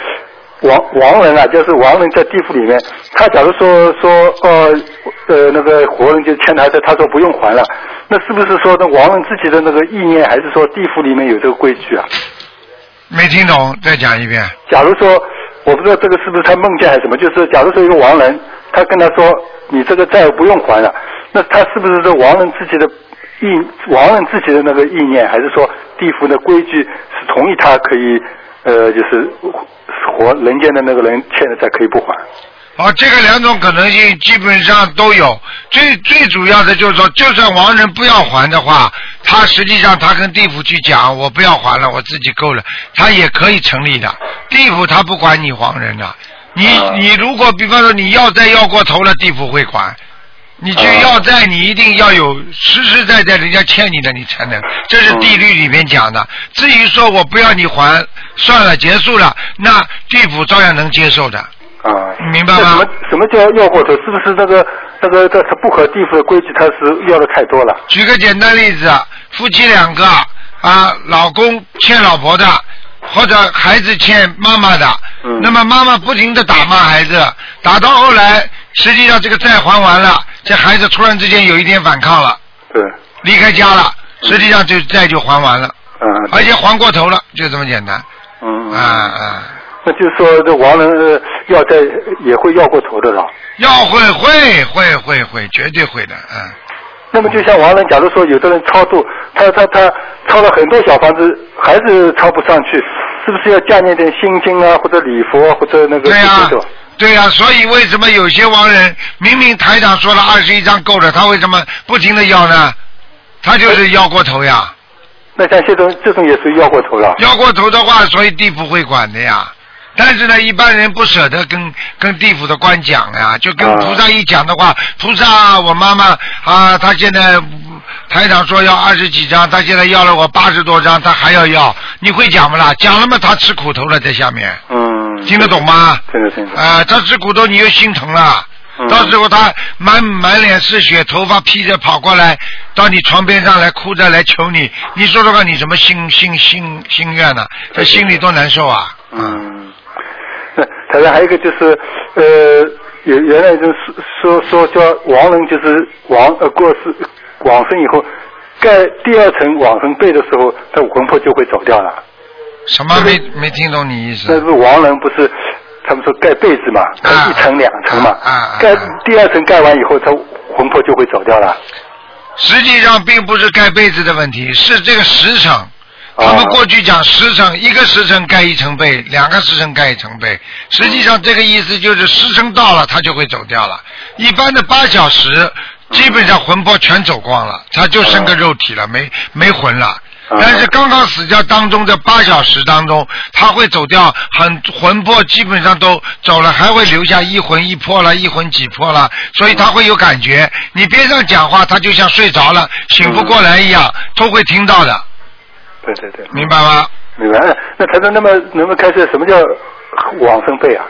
Speaker 6: 亡亡人啊，就是亡人在地府里面，他假如说说呃呃那个活人就欠他的，他说不用还了，那是不是说那亡人自己的那个意念，还是说地府里面有这个规矩啊？
Speaker 2: 没听懂，再讲一遍。
Speaker 6: 假如说我不知道这个是不是他梦见还是什么，就是假如说一个亡人，他跟他说你这个债不用还了，那他是不是这亡人自己的意亡人自己的那个意念，还是说地府的规矩是同意他可以呃就是活人间的那个人欠的债可以不还？
Speaker 2: 哦，这个两种可能性基本上都有。最最主要的就是说，就算亡人不要还的话，他实际上他跟地府去讲，我不要还了，我自己够了，他也可以成立的。地府他不管你亡人的，你
Speaker 6: 啊
Speaker 2: 你如果比方说你要债要过头了，地府会管。你去要债，你一定要有实实在在人家欠你的，你才能。这是地律里面讲的。至于说我不要你还，算了，结束了，那地府照样能接受的。
Speaker 6: 啊，
Speaker 2: 明白吗
Speaker 6: 那什么什么叫要过头？是不是那个那个这他不合地府的规矩，他是要的太多了？
Speaker 2: 举个简单例子，啊夫妻两个啊，老公欠老婆的，或者孩子欠妈妈的，
Speaker 6: 嗯
Speaker 2: 那么妈妈不停的打骂孩子，打到后来，实际上这个债还完了，这孩子突然之间有一点反抗了，
Speaker 6: 对，
Speaker 2: 离开家了，实际上这债就还完了，
Speaker 6: 嗯、
Speaker 2: 而且还过头了，就这么简单。
Speaker 6: 嗯
Speaker 2: 啊啊，
Speaker 6: 那就是说，这亡人呃要债也会要过头的了。
Speaker 2: 要会会会会会，绝对会的，嗯。
Speaker 6: 那么就像王人，假如说有的人超度，他他他超了很多小房子，还是超不上去，是不是要加念点心经啊，或者礼佛啊，或者那个
Speaker 2: 对呀、
Speaker 6: 这种
Speaker 2: 对呀、所以为什么有些亡人明明台长说了二十一张够了，他为什么不停的要呢？他就是要过头呀，
Speaker 6: 那像这种这种也是要过头了。
Speaker 2: 要过头的话，所以地府会管的呀。但是呢，一般人不舍得跟跟地府的官讲呀，就跟
Speaker 6: 啊
Speaker 2: 菩萨一讲的话，菩萨，我妈妈啊，她现在嗯台长说要二十几张，她现在要了我八十多张，她还要要，你会讲不啦？讲了嘛，她吃苦头了，在下面
Speaker 6: 嗯，
Speaker 2: 听得懂吗？
Speaker 6: 听得懂听得懂。
Speaker 2: 啊、他吃骨头你又心疼了，
Speaker 6: 嗯
Speaker 2: 到时候他满满脸是血，头发披着跑过来，到你床边上来哭着来求你，你说说看你什么心心心心愿呢、这心里多难受啊！
Speaker 6: 嗯，那台上还有一个就是，呃，有原来就是说说叫亡人就是亡呃过世往生以后，盖第二层往生被的时候，他魂魄就会走掉了。
Speaker 2: 什么没没听懂你意
Speaker 6: 那
Speaker 2: 思
Speaker 6: 是？亡人不是他们说盖被子嘛，盖
Speaker 2: 啊
Speaker 6: 一层两层嘛
Speaker 2: 啊啊啊，
Speaker 6: 盖第二层盖完以后，他魂魄就会走掉了。
Speaker 2: 实际上并不是盖被子的问题，是这个时辰。他们
Speaker 6: 哦
Speaker 2: 过去讲时辰，一个时辰盖一层被，两个时辰盖一层被。实际上这个意思就是时辰到了，他就会走掉了。一般的八小时，基本上魂魄全走光了，他就剩个肉体了，没没魂了。
Speaker 6: 嗯
Speaker 2: 但是刚刚死掉当中这八小时当中，他会走掉很魂魄，基本上都走了，还会留下一魂一魄了，一魂几魄了，所以他会有感觉。你边上讲话，他就像睡着了，醒不过来一样，都会听到的，
Speaker 6: 对对对，
Speaker 2: 明白吗？
Speaker 6: 明白了。那台长，那么能不能开始什么叫往生被啊？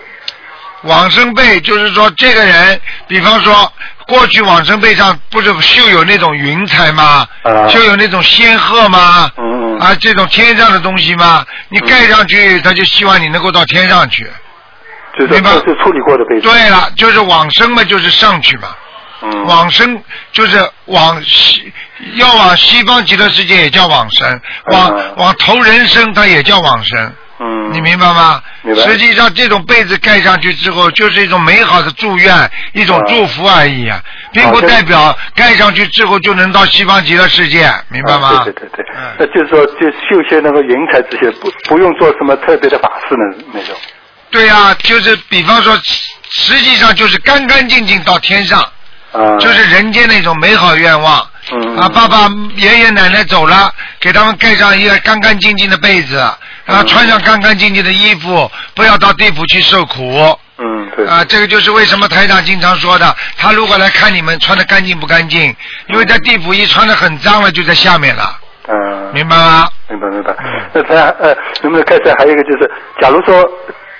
Speaker 2: 往生被就是说，这个人，比方说，过去往生被上不是绣有那种云彩吗？
Speaker 6: 啊
Speaker 2: 绣有那种仙鹤吗？
Speaker 6: 嗯嗯
Speaker 2: 啊，这种天上的东西吗？你盖上去，他就希望你能够到天上去。
Speaker 6: 就是
Speaker 2: 明白
Speaker 6: 说是处理过的被子。
Speaker 2: 对了，就是往生嘛，就是上去嘛。
Speaker 6: 嗯，
Speaker 2: 往生就是往西，要往西方极乐世界也叫往生，往
Speaker 6: 嗯
Speaker 2: 往投人生它也叫往生。
Speaker 6: 嗯，
Speaker 2: 你明白吗？
Speaker 6: 明白
Speaker 2: 实际上，这种被子盖上去之后，就是一种美好的祝愿，一种
Speaker 6: 啊
Speaker 2: 祝福而已啊，并不
Speaker 6: 啊对
Speaker 2: 代表盖上去之后就能到西方极乐世界，明白吗？
Speaker 6: 啊对对对对，那
Speaker 2: 嗯，
Speaker 6: 就是说，就绣些那个云彩这些，不不用做什么特别的法事呢那种。
Speaker 2: 对呀、就是比方说，实际上就是干干净净到天上，
Speaker 6: 啊，
Speaker 2: 就是人间那种美好愿望。
Speaker 6: 嗯
Speaker 2: 啊，爸爸、爷爷奶奶走了，给他们盖上一个干干净净的被子，然后
Speaker 6: 嗯
Speaker 2: 穿上干干净净的衣服，不要到地府去受苦。
Speaker 6: 嗯，对
Speaker 2: 啊，这个就是为什么台长经常说的，他如果来看你们穿的干净不干净，因为在地府一穿的很脏了，就在下面了，
Speaker 6: 嗯，
Speaker 2: 明白吗？
Speaker 6: 明白明白。那他呃，能不能开始还有一个就是，假如说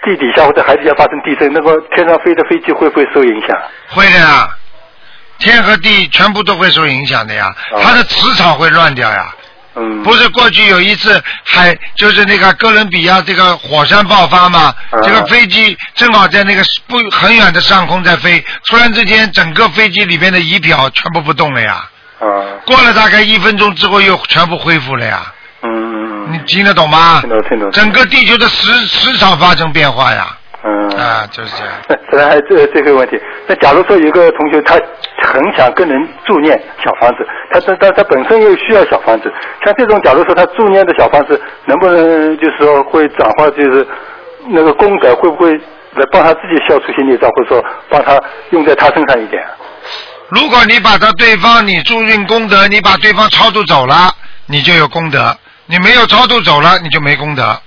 Speaker 6: 地底下或者海底下发生地震，那个天上飞的飞机会不会受影响？
Speaker 2: 会的呀，天和地全部都会受影响的呀，
Speaker 6: 哦
Speaker 2: 它的磁场会乱掉呀。
Speaker 6: 嗯，
Speaker 2: 不是过去有一次海，就是那个哥伦比亚这个火山爆发嘛，
Speaker 6: 嗯
Speaker 2: 这个飞机正好在那个不很远的上空在飞，突然之间整个飞机里面的仪表全部不动了呀，
Speaker 6: 啊，
Speaker 2: 过了大概一分钟之后又全部恢复了呀。
Speaker 6: 嗯嗯
Speaker 2: 你
Speaker 6: 嗯，
Speaker 2: 听得懂吗
Speaker 6: 听？懂听懂。
Speaker 2: 整个地球的磁磁场发生变化呀，
Speaker 6: 嗯
Speaker 2: 啊，就是这样。
Speaker 6: 那再来还有 这这个问题，那假如说有个同学他很想跟人助念小房子，他他他他本身又需要小房子，像这种假如说他助念的小房子，能不能就是说会转化就是那个功德，会不会来帮他自己消除些孽障，或者说帮他用在他身上一点？
Speaker 2: 如果你把他对方你注运功德，你把对方超度走了，你就有功德；你没有超度走了，你就没功德。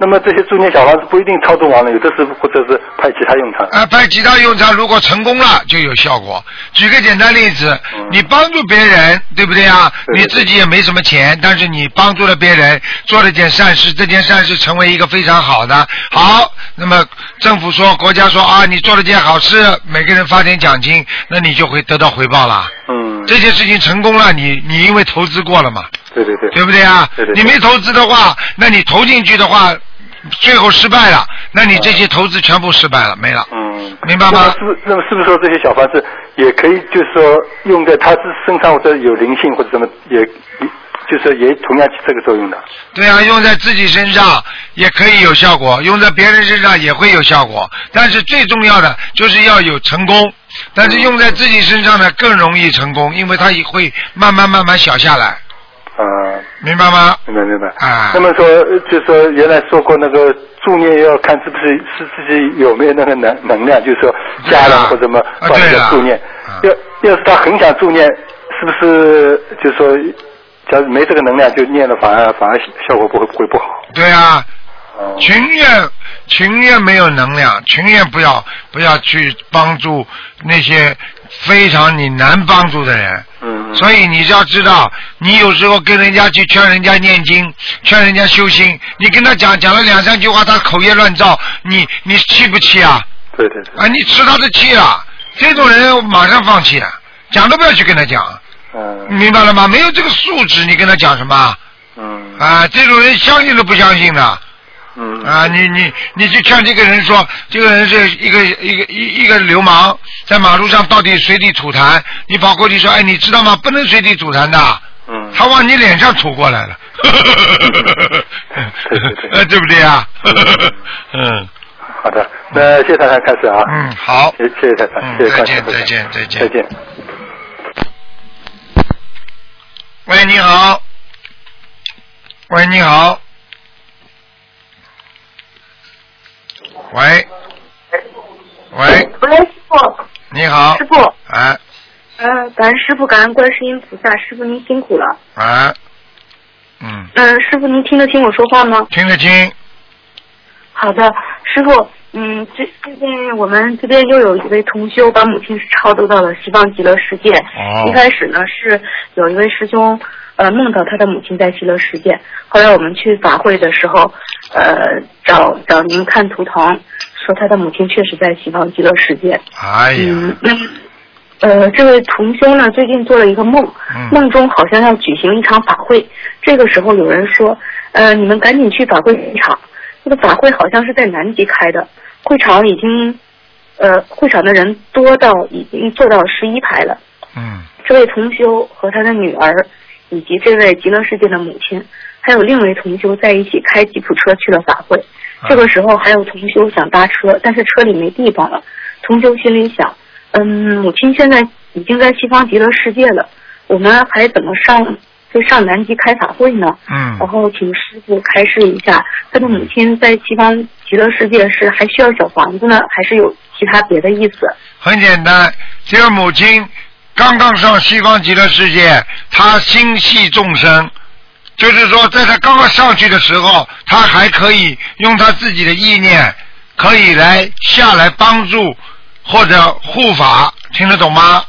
Speaker 6: 那么这些助念小房子不一定超度完了，有的是或者是派其他用场。
Speaker 2: 啊，派其他用场如果成功了就有效果。举个简单例子
Speaker 6: 嗯，
Speaker 2: 你帮助别人，对不对啊？
Speaker 6: 对对
Speaker 2: 你自己也没什么钱，但是你帮助了别人，做了件善事，这件善事成为一个非常好的。好，那么政府说，国家说啊，你做了件好事，每个人发点奖金，那你就会得到回报了。
Speaker 6: 嗯，
Speaker 2: 这件事情成功了，你你因为投资过了嘛，
Speaker 6: 对对对，
Speaker 2: 对不对啊？
Speaker 6: 对对
Speaker 2: 你
Speaker 6: 对
Speaker 2: 没投资的话，那你投进去的话，最后失败了，那你这些投资全部失败了，没了。
Speaker 6: 嗯，
Speaker 2: 明白吗
Speaker 6: 那么是那么是不是说这些小房子也可以，就是说用在他自身上或者有灵性或者什么，也也就是也同样起这个作用的。
Speaker 2: 对啊，用在自己身上也可以有效果，用在别人身上也会有效果。但是最重要的就是要有成功，但是用在自己身上呢更容易成功，因为它也会慢慢慢慢小下来，
Speaker 6: 啊，
Speaker 2: 明白吗？
Speaker 6: 明白明白。
Speaker 2: 啊
Speaker 6: 那么说，呃就说原来说过那个助念要看是不是是自己有没有那个能能量，就是说家人或者什么
Speaker 2: 啊
Speaker 6: 帮
Speaker 2: 对
Speaker 6: 人
Speaker 2: 了
Speaker 6: 家助念
Speaker 2: 啊。
Speaker 6: 要要是他很想助念，是不是就说，假如没这个能量就念了，反而反而效果不会不会不好。
Speaker 2: 对啊，
Speaker 6: 哦
Speaker 2: 情愿情愿没有能量，情愿不要不要去帮助那些非常你难帮助的人。
Speaker 6: 嗯，嗯
Speaker 2: 所以你要知道，你有时候跟人家去劝人家念经，劝人家修心，你跟他讲讲了两三句话，他口业乱造，你你气不气啊？
Speaker 6: 对对对，
Speaker 2: 啊，你吃他的气啊！这种人马上放弃啊，讲都不要去跟他讲，
Speaker 6: 嗯
Speaker 2: 明白了吗？没有这个素质，你跟他讲什么
Speaker 6: 嗯
Speaker 2: 啊？这种人相信都不相信的。
Speaker 6: 嗯
Speaker 2: 啊，你你你去劝这个人说，这个人是一个一个一一个流氓，在马路上到底随地吐痰，你跑过去说，哎，你知道吗？不能随地吐痰的，
Speaker 6: 嗯，
Speaker 2: 他往你脸上吐过来了，
Speaker 6: 对对对
Speaker 2: 呃，对不对啊？ 嗯
Speaker 6: 好的，那谢谢台长开始啊，
Speaker 2: 嗯，好，
Speaker 6: 谢谢谢台长，
Speaker 2: 嗯
Speaker 6: 谢谢
Speaker 2: 再
Speaker 6: 观
Speaker 2: 见
Speaker 6: 众
Speaker 2: 再见再
Speaker 6: 再
Speaker 2: 见
Speaker 6: 再见。
Speaker 2: 喂，你好，喂，你好，喂，喂，
Speaker 5: 喂，师傅，
Speaker 2: 你好
Speaker 5: 师，傅，
Speaker 2: 哎
Speaker 5: 呃，感恩师傅，感恩观世音菩萨，师傅您辛苦了。
Speaker 2: 哎，嗯。
Speaker 5: 嗯、师傅您听得清我说话吗？
Speaker 2: 听得清，
Speaker 5: 好的，师傅，嗯，最最近我们这边又有一位同修把母亲超度到了西方极乐世界。
Speaker 2: 哦
Speaker 5: 一开始呢是有一位师兄，呃，梦到他的母亲在极乐世界。后来我们去法会的时候，呃，找找您看图腾，说他的母亲确实在西方极乐世界。
Speaker 2: 哎呀
Speaker 5: 嗯，，那呃，这位同修呢，最近做了一个梦，
Speaker 2: 嗯
Speaker 5: 梦中好像要举行一场法会。这个时候有人说，呃，你们赶紧去法会现场。这个法会好像是在南极开的，会场已经，呃，会场的人多到已经坐到十一排了。
Speaker 2: 嗯
Speaker 5: 这位同修和他的女儿，以及这位极乐世界的母亲，还有另一位同修在一起开吉普车去了法会。这个时候还有同修想搭车，但是车里没地方了。同修心里想，嗯，母亲现在已经在西方极乐世界了，我们还怎么上就上南极开法会呢？
Speaker 2: 嗯
Speaker 5: 然，后请师傅开示一下，他的母亲在西方极乐世界是还需要小房子呢，还是有其他别的意思？
Speaker 2: 很简单，这个母亲刚刚上西方极乐世界，她心系众生，就是说，在她刚刚上去的时候，她还可以用她自己的意念，可以来下来帮助或者护法，听得懂吗？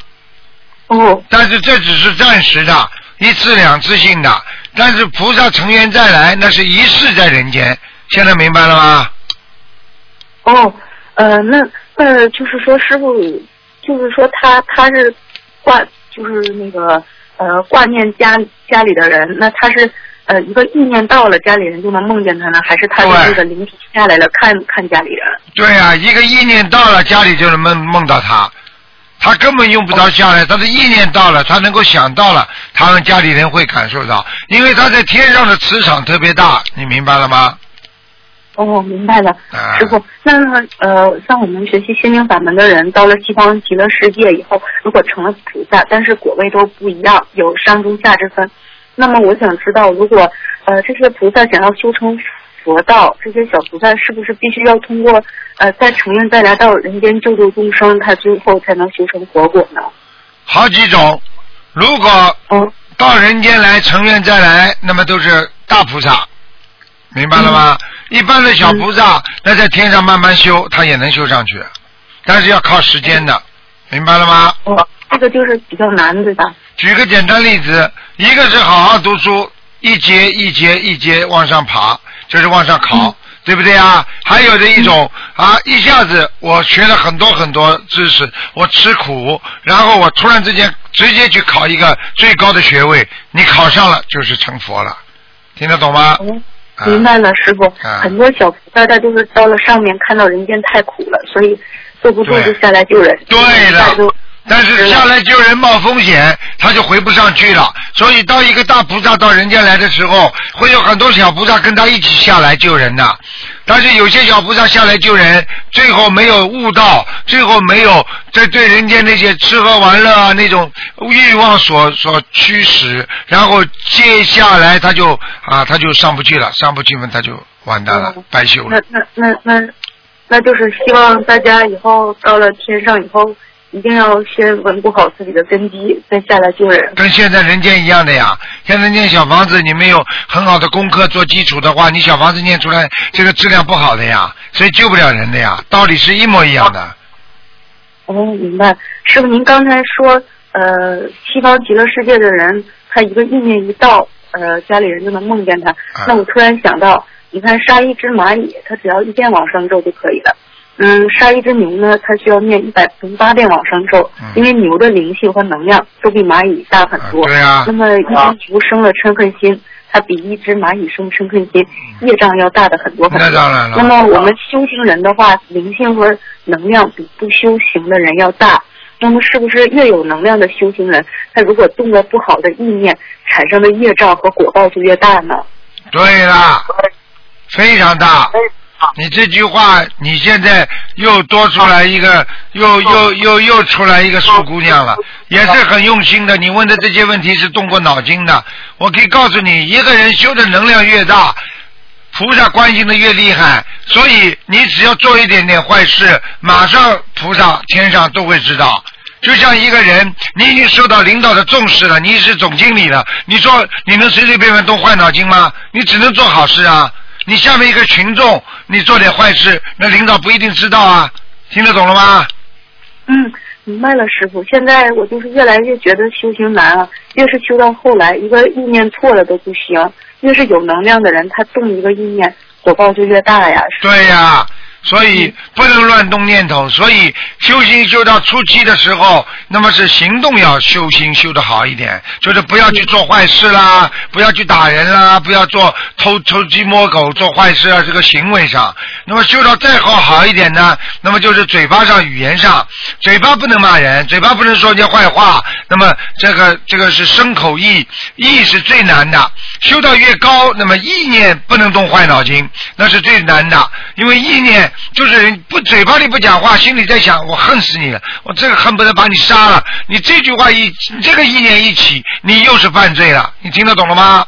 Speaker 5: 哦，
Speaker 2: 但是这只是暂时的，一次两次性的。但是菩萨成员再来，那是一世在人间。现在明白了吗？
Speaker 5: 哦，呃，那那就是说，师傅，就是说他他是挂，就是那个呃挂念家家里的人，那他是呃一个意念到了，家里人就能梦见他呢，还是他的
Speaker 2: 对
Speaker 5: 这个灵体下来了看看家里人？
Speaker 2: 对啊，一个意念到了，家里就能梦梦到他，他根本用不着下来，他的意念到了，他能够想到了，他们家里人会感受到，因为他在天上的磁场特别大，你明白了吗？
Speaker 5: 哦，明白了，
Speaker 2: 啊
Speaker 5: 师傅。那呃，像我们学习心灵法门的人，到了西方极乐世界以后，如果成了菩萨，但是果位都不一样，有上中下之分。那么我想知道，如果呃这些菩萨想要修成佛道，这些小菩萨是不是必须要通过呃再成愿再来到人间救度众生，他最后才能修成佛果呢？
Speaker 2: 好几种，如果
Speaker 5: 嗯，
Speaker 2: 到人间来成愿再来，那么都是大菩萨，明白了吗？一般的小菩萨，那在天上慢慢修，他也能修上去，但是要靠时间的，明白了吗？
Speaker 5: 哦，这个就是比较难，对吧？
Speaker 2: 举个简单例子，一个是好好读书，一节一节一节往上爬，就是往上
Speaker 5: 嗯
Speaker 2: 考，对不对啊？还有的一种啊，一下子我学了很多很多知识，我吃苦，然后我突然之间直接去考一个最高的学位，你考上了就是成佛了，听得懂吗？
Speaker 5: 嗯
Speaker 2: 啊
Speaker 5: 明白了，师傅，
Speaker 2: 啊
Speaker 5: 很多小菩萨他就是到了上面看到人间太苦了，所以坐不住就下来救人。
Speaker 2: 对了
Speaker 5: 下来就
Speaker 2: 但是下来救人冒风险，他就回不上去了。所以到一个大菩萨到人间来的时候，会有很多小菩萨跟他一起下来救人的。但是有些小菩萨下来救人，最后没有悟道，最后没有在对人间那些吃喝玩乐啊那种欲望所所驱使，然后接下来他就啊他就上不去了，上不去嘛他就完蛋了，白修了
Speaker 7: 那。那那那，那就是希望大家以后到了天上以后，一定要先稳固好自己的根基，再下来救人。
Speaker 2: 跟现在人间一样的呀。现在念小房子，你没有很好的功课做基础的话，你小房子念出来这个质量不好的呀，所以救不了人的呀，道理是一模一样的。
Speaker 7: 哦，明白。师傅，您刚才说，呃，西方极乐世界的人，他一个意念一到，呃，家里人就能梦见他。
Speaker 2: 啊
Speaker 7: 那我突然想到，你看杀一只蚂蚁，它只要一遍往生咒就可以了。嗯，杀一只牛呢，它需要念一百零八遍往生咒，因为牛的灵性和能量都比蚂蚁大很多。
Speaker 2: 嗯啊对啊
Speaker 7: 那么一只牛生了嗔恨心，它比一只蚂蚁生嗔恨心业障要大的很多很
Speaker 2: 嗯
Speaker 7: 多。
Speaker 2: 那当然了
Speaker 7: 那么我们修行人的话，灵性和能量比不修行的人要大。那么是不是越有能量的修行人，他如果动了不好的意念，产生的业障和果报就越大呢？
Speaker 2: 对啦，非常大。你这句话，你现在又多出来一个，又又又又出来一个树姑娘了，也是很用心的。你问的这些问题是动过脑筋的。我可以告诉你，一个人修的能量越大，菩萨关心的越厉害，所以你只要做一点点坏事，马上菩萨天上都会知道。就像一个人，你已经受到领导的重视了，你是总经理了，你说你能随随便便动坏脑筋吗？你只能做好事啊。你下面一个群众，你做点坏事，那领导不一定知道啊。听得懂了吗？
Speaker 7: 嗯，明白了，师傅。现在我就是越来越觉得修行难啊，越是修到后来，一个意念错了都不行，越是有能量的人，他动一个意念，果报就越大呀。是
Speaker 2: 对呀、所以不能乱动念头。所以修行修到初期的时候，那么是行动要修心修得好一点，就是不要去做坏事啦，不要去打人啦，不要做偷偷鸡摸狗做坏事啊，这个行为上。那么修到再后好一点呢，那么就是嘴巴上语言上，嘴巴不能骂人，嘴巴不能说人家坏话。那么这个这个是身口意，意是最难的。修到越高，那么意念不能动坏脑筋，那是最难的，因为意念就是人不嘴巴里不讲话，心里在想我恨死你了，我这个恨不得把你杀了。你这句话一这个意念一起，你又是犯罪了。你听得懂了吗？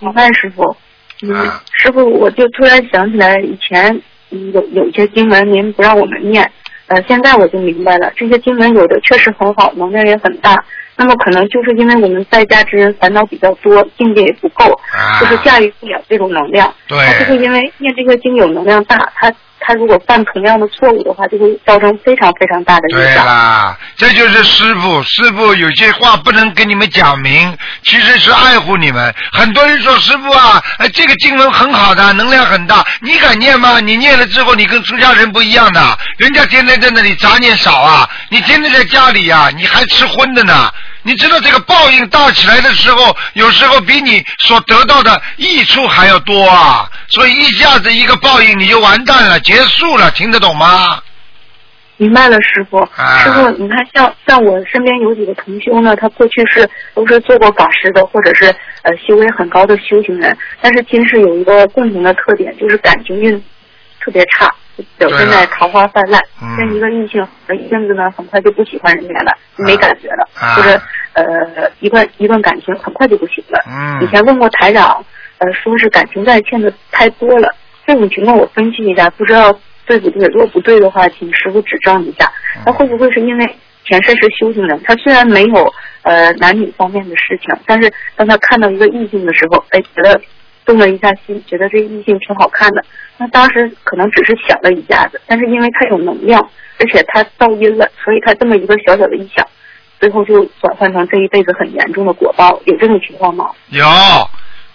Speaker 7: 明白，师傅。嗯，
Speaker 2: 啊
Speaker 7: 师傅，我就突然想起来，以前嗯有有一些经文您不让我们念，呃，现在我就明白了，这些经文有的确实很好，能量也很大。那么可能就是因为我们在家之人烦恼比较多，境界也不够，
Speaker 2: 啊
Speaker 7: 就是驾驭不了这种能量。
Speaker 2: 对
Speaker 7: 他就是因为啊念这些经有能量大，他他如果犯同样的错误的话，就会造成非常非常大的
Speaker 2: 对
Speaker 7: 影响。
Speaker 2: 啦，这就是师傅。师傅有些话不能跟你们讲明，其实是爱护你们。很多人说师傅啊，哎，这个经文很好的，能量很大，你敢念吗？你念了之后，你跟出家人不一样的，人家天天在那里杂念少啊，你天天在家里呀、你还吃荤的呢。你知道这个报应大起来的时候，有时候比你所得到的益处还要多啊！所以一下子一个报应你就完蛋了，结束了，听得懂吗？
Speaker 7: 明白了，师傅。
Speaker 2: 啊
Speaker 7: 师傅，你看像像我身边有几个同修呢，他过去是都是做过法师的，或者是呃修为很高的修行人，但是今世有一个共同的特点，就是感情运特别差，表现在桃花泛滥
Speaker 2: 啊嗯。
Speaker 7: 跟一个异性一阵子呢，很快就不喜欢人家了，没感觉了，
Speaker 2: 啊
Speaker 7: 就是呃一段一段感情很快就不行了。
Speaker 2: 嗯
Speaker 7: 以前问过台长，呃，说是感情债欠的太多了，这种情况我分析一下，不知道对不对。如果不对的话，请师傅指正一下。那会不会是因为前世是修行人，他虽然没有呃男女方面的事情，但是当他看到一个异性的时候，哎，觉得动了一下心，觉得这异性挺好看的。那当时可能只是想了一下子，但是因为他有能量，而且他噪音了，所以他这么一个小小的一想，最后就转换成这一辈子很严重的果报。有这种情况吗？
Speaker 2: 有，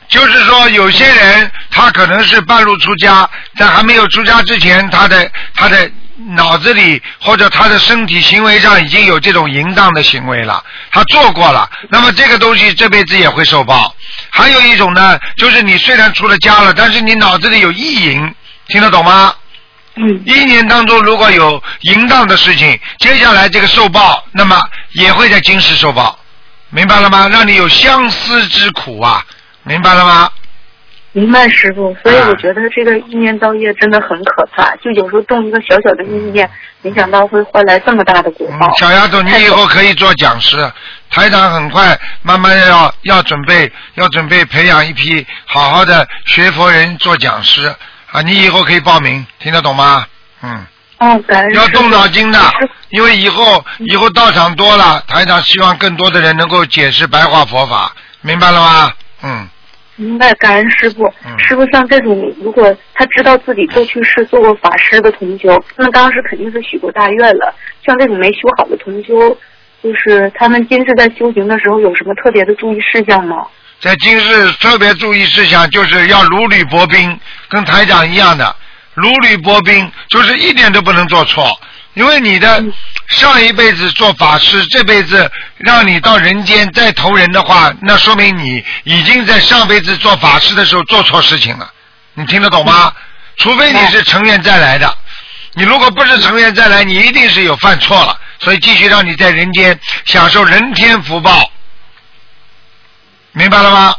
Speaker 2: 就是说有些人他可能是半路出家，在还没有出家之前，他的他的脑子里或者他的身体行为上已经有这种淫荡的行为了，他做过了，那么这个东西这辈子也会受报。还有一种呢，就是你虽然出了家了，但是你脑子里有意淫，听得懂吗？
Speaker 7: 嗯
Speaker 2: 一年当中如果有淫荡的事情，接下来这个受报，那么也会在今世受报，明白了吗？让你有相思之苦啊，明白了吗？
Speaker 7: 明白师傅，所以
Speaker 2: 啊
Speaker 7: 我觉得这个意念造业真的很可怕，就有时候动一个小小的意念，没想到会换来这么大的果报
Speaker 2: 嗯。，小丫头，你以后可以做讲师，台长很快慢慢要要准备要准备培养一批好好的学佛人做讲师啊，你以后可以报名，听得懂吗？嗯，
Speaker 7: 哦，感恩
Speaker 2: 要
Speaker 7: 师
Speaker 2: 动
Speaker 7: 父
Speaker 2: 脑筋的
Speaker 7: 师父，
Speaker 2: 因为以后以后道场多了，台长希望更多的人能够解释白话佛法，明白了吗？嗯，
Speaker 7: 明白，感恩师傅。
Speaker 2: 嗯
Speaker 7: 师傅像这种，如果他知道自己过去是做过法师的同修，那当时肯定是许过大愿了。像这种没修好的同修，就是他们今世在修行的时候有什么特别的注意事项吗？
Speaker 2: 在今世特别注意事项就是要如履薄冰，跟台长一样的如履薄冰，就是一点都不能做错，因为你的上一辈子做法师，这辈子让你到人间再投人的话，那说明你已经在上辈子做法师的时候做错事情了，你听得懂吗？除非你是成愿再来的，你如果不是成愿再来，你一定是有犯错了，所以继续让你在人间享受人天福报，明白了吗？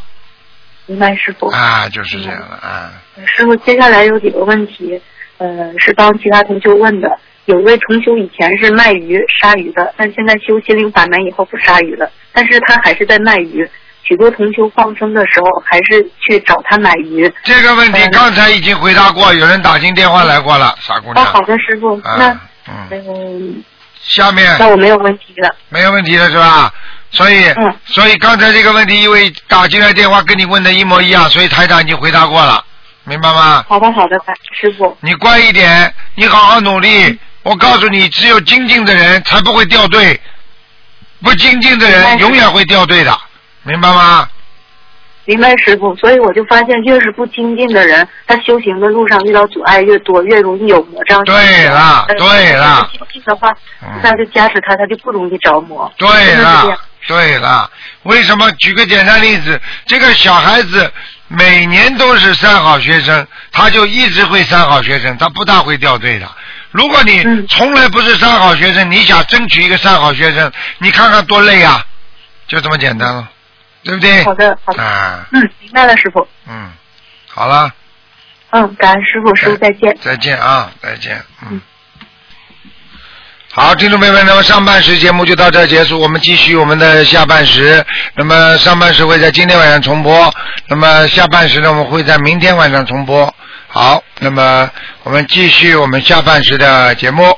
Speaker 7: 明白，师傅。
Speaker 2: 啊，就是这样了啊。
Speaker 7: 嗯呃师傅，接下来有几个问题，呃，是帮其他同修问的。有一位同修以前是卖鱼、杀鱼的，但现在修心灵法门以后不杀鱼了，但是他还是在卖鱼。许多同修放生的时候，还是去找他买鱼。
Speaker 2: 这个问题
Speaker 7: 嗯
Speaker 2: 刚才已经回答过，有人打进电话来过了，傻姑
Speaker 7: 哦，
Speaker 2: 娘。
Speaker 7: 好的，师傅，那
Speaker 2: 啊，嗯，
Speaker 7: 嗯，
Speaker 2: 下面
Speaker 7: 那我没有问题了。
Speaker 2: 没有问题了是吧？所以，
Speaker 7: 嗯
Speaker 2: 所以刚才这个问题，因为打进来电话跟你问的一模一样，所以台长已经回答过了，明白吗？
Speaker 7: 好的，好的，师傅，
Speaker 2: 你乖一点，你好好努力。我告诉你，只有精进的人才不会掉队，不精进的
Speaker 7: 明白
Speaker 2: 人永远会掉队的，明白吗？
Speaker 7: 明白师傅。所以我就发现，越是不精进的人，他修行的路上遇到阻碍越多，越容易有魔障。
Speaker 2: 对了，
Speaker 7: 但是
Speaker 2: 对
Speaker 7: 他
Speaker 2: 了
Speaker 7: 不。精进的话，
Speaker 2: 嗯
Speaker 7: 菩萨就加持他，他就不容易着魔。
Speaker 2: 对
Speaker 7: 真的是这
Speaker 2: 了
Speaker 7: 样，
Speaker 2: 对了，为什么？举个简单例子，这个小孩子每年都是三好学生，他就一直会三好学生，他不大会掉队的。如果你
Speaker 7: 嗯
Speaker 2: 从来不是三好学生，你想争取一个三好学生，你看看多累啊！就这么简单了，对不对？
Speaker 7: 好的，好的，
Speaker 2: 啊，
Speaker 7: 嗯，明白了，师傅。
Speaker 2: 嗯，好了，
Speaker 7: 嗯，感恩师傅，师傅再见。
Speaker 2: 再见啊，再见，嗯
Speaker 7: 嗯。
Speaker 2: 好，听众朋友们，那么上半时节目就到这儿结束，我们继续我们的下半时。那么上半时会在今天晚上重播，那么下半时呢，我们会在明天晚上重播。好，那么我们继续我们下半时的节目。